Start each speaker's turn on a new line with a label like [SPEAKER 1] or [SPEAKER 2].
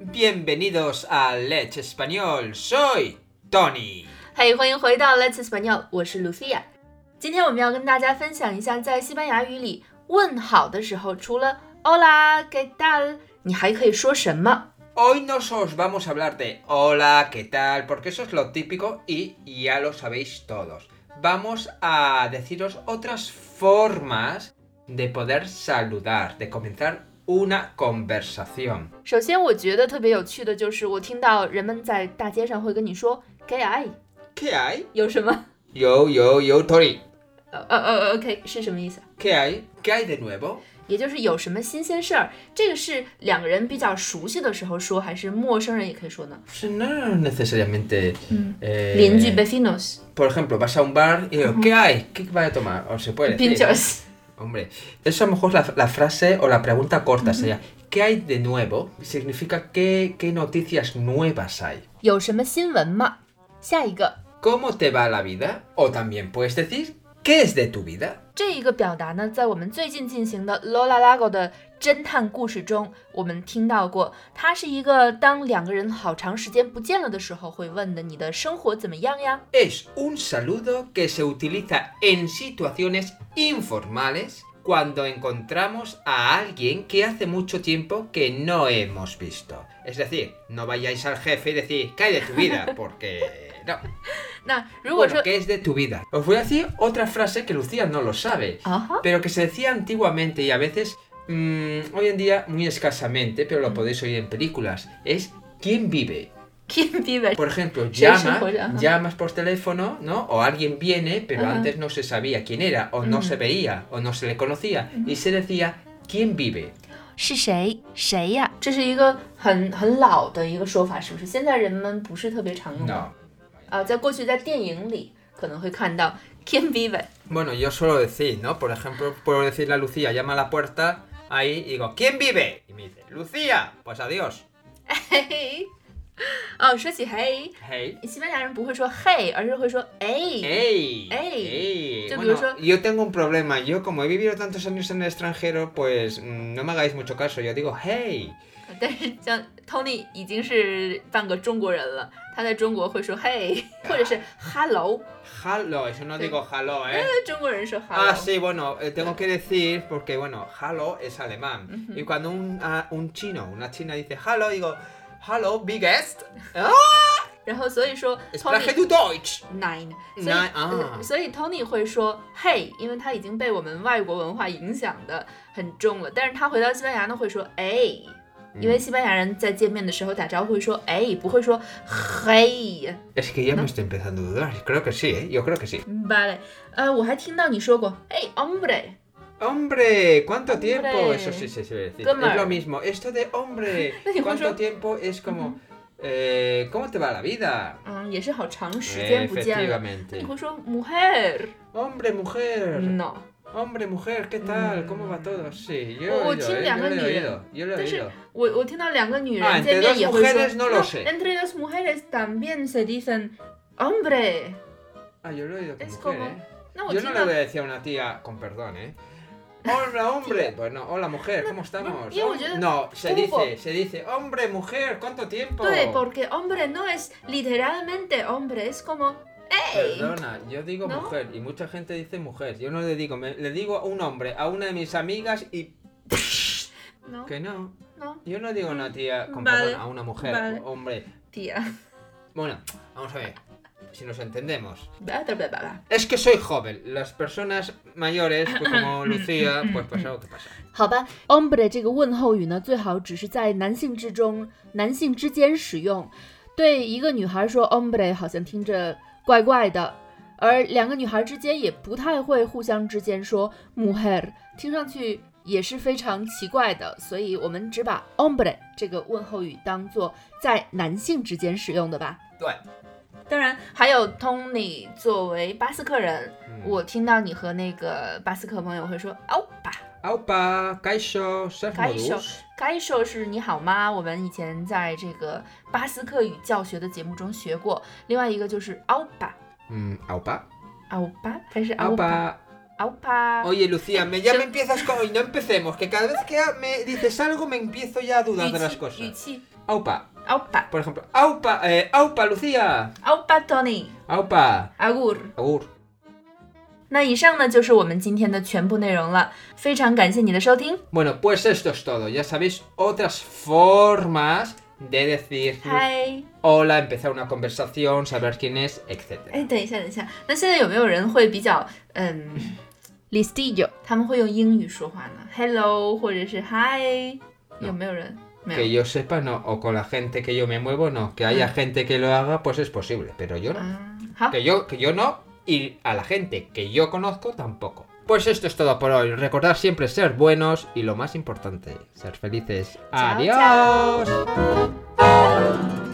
[SPEAKER 1] Bienvenidos a Let's Español, soy Tony.
[SPEAKER 2] 嘿欢迎回到 Let's Español，我是 Lucia。今天我们要跟大家分享一下，在西班牙语里问好的时候，除了 Hola, ¿qué tal？你还可以说什么？
[SPEAKER 1] Hoy nos os vamos a hablar de hola, ¿qué tal? Porque eso es lo típico y ya lo sabéis todos. Vamos a deciros otras formas de poder saludar, de comenzar una conversación.
[SPEAKER 2] 首先，我觉得特别有趣的就是，我听到人们在大街上会跟你说 “gay I”，
[SPEAKER 1] ¿Qué hay?
[SPEAKER 2] 有什么？
[SPEAKER 1] Yo, yo, yo, Tori.
[SPEAKER 2] 呃呃呃，OK 是什么意思？
[SPEAKER 1] ¿Qué hay? ¿Qué hay de nuevo?
[SPEAKER 2] 也就是有什么新鲜事儿，这个是两个人比较熟悉的时候说，还是陌生人也可以说呢？
[SPEAKER 1] Pues no necesariamente. eh,
[SPEAKER 2] 邻居 vecinos,
[SPEAKER 1] por ejemplo, vas a un bar y digo, ¿qué hay? ¿Qué va a tomar? O se puede decir.
[SPEAKER 2] pinchers。
[SPEAKER 1] Hombre, eso a lo mejor la, la frase o la pregunta corta sería, ¿qué hay de nuevo? Significa qué, qué noticias nuevas hay.
[SPEAKER 2] 有什么新闻吗？下一个
[SPEAKER 1] ¿Cómo te va la vida? O también puedes decir, ¿qué es de tu vida?
[SPEAKER 2] 这一个表达呢，在我们最近进行的《Lola Lago》的侦探故事中，我们听到过，它是一个当两个人好长时间不见了的时候会问的，你的生活怎么样呀？
[SPEAKER 1] Es un saludo que se utiliza en situaciones informales cuando encontramos a alguien que hace mucho tiempo que no hemos visto. Es decir, no vayáis al jefe y decir, ¿qué hay de tu vida? Porque no.
[SPEAKER 2] 那如果
[SPEAKER 1] Bueno,
[SPEAKER 2] 说
[SPEAKER 1] ¿qué es de tu vida? Os voy a decir otra frase que Lucía no lo sabe,
[SPEAKER 2] 啊哈，
[SPEAKER 1] pero que se decía antiguamente y a veces, mm, hoy en día muy escasamente, pero
[SPEAKER 2] Mm.
[SPEAKER 1] lo podéis oír en películas, es ¿quién vive?
[SPEAKER 2] 天地为
[SPEAKER 1] Por ejemplo,
[SPEAKER 2] Sí, sí,
[SPEAKER 1] llama,
[SPEAKER 2] pues, ajá.
[SPEAKER 1] llamas por teléfono, ¿no? O alguien viene, pero
[SPEAKER 2] Ajá.
[SPEAKER 1] antes no se sabía quién era, o no
[SPEAKER 2] Mm.
[SPEAKER 1] se veía, o no se le conocía, y se decía ¿quién vive?
[SPEAKER 2] 是谁？谁呀？这是一个很很老的一个说法，是不是？现在人们不是特别常用的
[SPEAKER 1] No.
[SPEAKER 2] 啊，在过去在电影里可能会看到 Kim b i v e
[SPEAKER 1] Bueno, yo suelo decir, ¿no? Por ejemplo, puedo decirle a Lucía, llama a la puerta, ahí y digo, ¿quién vive? Y me dice, Lucía, pues adiós.
[SPEAKER 2] 嘿嘿。哦，说起嘿，
[SPEAKER 1] Hey.
[SPEAKER 2] 西班牙人不会说嘿，而是会说哎。
[SPEAKER 1] ¡Ey!
[SPEAKER 2] Ey.
[SPEAKER 1] ¡Ey!
[SPEAKER 2] Yo
[SPEAKER 1] Bueno,
[SPEAKER 2] pienso-
[SPEAKER 1] yo tengo un problema. Yo, como he vivido tantos años en el extranjero, pues mm, no me hagáis mucho caso. Yo digo, ¡Hey!
[SPEAKER 2] 但是像 Tony 已经是半个中国人了，他在中国会说嘿，或者是 hello。
[SPEAKER 1] Hello. Eso no
[SPEAKER 2] Sí.
[SPEAKER 1] digo hello, ¿eh?
[SPEAKER 2] 中国人说 hello。
[SPEAKER 1] Ah, sí, bueno, eh, tengo que decir, porque bueno, hello es alemán.
[SPEAKER 2] Ujú.
[SPEAKER 1] Y cuando un, ah, un chino, una china dice hello, digo, hello, biggest.
[SPEAKER 2] 然后所以说
[SPEAKER 1] Sprache
[SPEAKER 2] Tony
[SPEAKER 1] du Deutsch.
[SPEAKER 2] nine，所以
[SPEAKER 1] Nein, 哎啊
[SPEAKER 2] 呃所以 Tony 会说嘿，因为他已经被我们外国文化影响的很重了。但是他回到西班牙呢，会说哎。因为西班牙人在见面的时候打招呼会说哎，不会说嘿。
[SPEAKER 1] Es que ya me estoy empezando a dudar. Creo que sí, ¿eh? Yo creo que sí.
[SPEAKER 2] Vale，呃，我还听到你说过哎，hombre，
[SPEAKER 1] Hombre, ¿cuánto
[SPEAKER 2] Hombre.
[SPEAKER 1] tiempo? Eso sí se suele decir.
[SPEAKER 2] Comer.
[SPEAKER 1] Es lo mismo. Esto de hombre,
[SPEAKER 2] Digo
[SPEAKER 1] ¿cuánto
[SPEAKER 2] yo.
[SPEAKER 1] tiempo es como... eh, ¿Cómo te va la vida? Eh,
[SPEAKER 2] 嗯，也是好长时间不见了。那
[SPEAKER 1] Efectivamente.
[SPEAKER 2] 你会说 mujer？
[SPEAKER 1] Hombre, mujer.
[SPEAKER 2] No，
[SPEAKER 1] Hombre, mujer, ¿qué tal?
[SPEAKER 2] Mm.
[SPEAKER 1] ¿Cómo va todo? Sí, yo
[SPEAKER 2] O-
[SPEAKER 1] lo
[SPEAKER 2] o
[SPEAKER 1] he oído,
[SPEAKER 2] chin
[SPEAKER 1] ¿eh?
[SPEAKER 2] de
[SPEAKER 1] yo lo he
[SPEAKER 2] Angelina.
[SPEAKER 1] oído. Yo lo he
[SPEAKER 2] Entonces,
[SPEAKER 1] oído.
[SPEAKER 2] 我我听到两个女
[SPEAKER 1] Ah,
[SPEAKER 2] 人
[SPEAKER 1] entre
[SPEAKER 2] 见
[SPEAKER 1] dos
[SPEAKER 2] 面也会说
[SPEAKER 1] mujeres no lo sé.
[SPEAKER 2] Entre dos mujeres también se dicen hombre。
[SPEAKER 1] Ah, yo lo he oído con
[SPEAKER 2] Es
[SPEAKER 1] mujer,
[SPEAKER 2] como-
[SPEAKER 1] ¿eh?
[SPEAKER 2] 那我
[SPEAKER 1] Yo
[SPEAKER 2] 听
[SPEAKER 1] no
[SPEAKER 2] 到
[SPEAKER 1] le voy a decir a una tía, con perdón, ¿eh? Hola, hombre. Pues no, hola, mujer, ¿cómo estamos?
[SPEAKER 2] yo-
[SPEAKER 1] Hom-
[SPEAKER 2] yo-
[SPEAKER 1] No, se
[SPEAKER 2] Pulpo.
[SPEAKER 1] dice, se dice, hombre, mujer, ¿cuánto tiempo?
[SPEAKER 2] 对，porque hombre no es literalmente hombre，es como
[SPEAKER 1] Perdona, yo digo
[SPEAKER 2] ¿No?
[SPEAKER 1] mujer y mucha gente dice mujer. Yo no le digo, me- le digo a un hombre, a una de mis amigas y
[SPEAKER 2] no
[SPEAKER 1] que no.
[SPEAKER 2] no
[SPEAKER 1] Yo no digo a una tía, con
[SPEAKER 2] Vale,
[SPEAKER 1] perdón, a una mujer,
[SPEAKER 2] vale.
[SPEAKER 1] hombre.
[SPEAKER 2] tía，
[SPEAKER 1] Bueno, vamos a ver si nos entendemos.
[SPEAKER 2] 巴拉巴拉巴拉。
[SPEAKER 1] Es que soy joven. Las personas mayores, pues como Lucía, pues pasa lo que pasa.
[SPEAKER 2] 好吧，hombre 这个问候语呢，最好只是在男性之中、男性之间使用。对一个女孩说 hombre 好像听着怪怪的，而两个女孩之间也不太会互相之间说 mujer，听上去也是非常奇怪的。所以我们只把 hombre 这个问候语当做在男性之间使用的吧。
[SPEAKER 1] 对。
[SPEAKER 2] 当然，还有 Tony 作为巴斯克人，
[SPEAKER 1] Mm.
[SPEAKER 2] 我听到你和那个巴斯克朋友会说欧巴。
[SPEAKER 1] Aupa, Kaisho, Surf
[SPEAKER 2] Kaixo.
[SPEAKER 1] Modus.
[SPEAKER 2] 该说是你好吗？我们以前在这个巴斯克语教学的节目中学过。另外一个就是 a 巴
[SPEAKER 1] Mm, Aupa.
[SPEAKER 2] a 巴还是 a 巴
[SPEAKER 1] Aupa.
[SPEAKER 3] aupa.
[SPEAKER 1] Oye, Lucía, me, ya
[SPEAKER 3] Yo-
[SPEAKER 1] me empiezas con... y No empecemos, que cada vez que me dices algo me empiezo ya a dudar de las
[SPEAKER 2] 语
[SPEAKER 1] cosas.
[SPEAKER 2] 气
[SPEAKER 1] Aupa,
[SPEAKER 2] ，aupa
[SPEAKER 1] por ejemplo. Aupa, eh, aupa, Lucía.
[SPEAKER 2] aupa Tony
[SPEAKER 1] Aupa.
[SPEAKER 2] agur。
[SPEAKER 1] Agur.
[SPEAKER 2] 那以上呢就是我们今天的全部内容了，非常感谢你的收听。
[SPEAKER 1] Bueno, pues esto es todo. Ya sabéis otras formas de decir
[SPEAKER 2] 嗨，
[SPEAKER 1] hola, empezar una conversación, saber quién es, etc.
[SPEAKER 2] 哎，等一下，等一下，那现在有没有人会比较嗯，
[SPEAKER 3] listillo，
[SPEAKER 2] 他们会用英语说话呢？Hello，或者是 Hi，
[SPEAKER 1] No
[SPEAKER 2] 有没有人？没
[SPEAKER 1] Que
[SPEAKER 2] 有。
[SPEAKER 1] yo sepa, no. O con la gente que yo me muevo, no. Que haya
[SPEAKER 2] Mm.
[SPEAKER 1] gente que lo haga, pues es posible. Pero yo no.
[SPEAKER 2] 啊，好，
[SPEAKER 1] Que yo, que yo no. Y a la gente que yo conozco tampoco. Pues esto es todo por hoy. Recordad siempre ser buenos y lo más importante, ser felices.
[SPEAKER 2] Chao,
[SPEAKER 1] Adiós.
[SPEAKER 2] chao.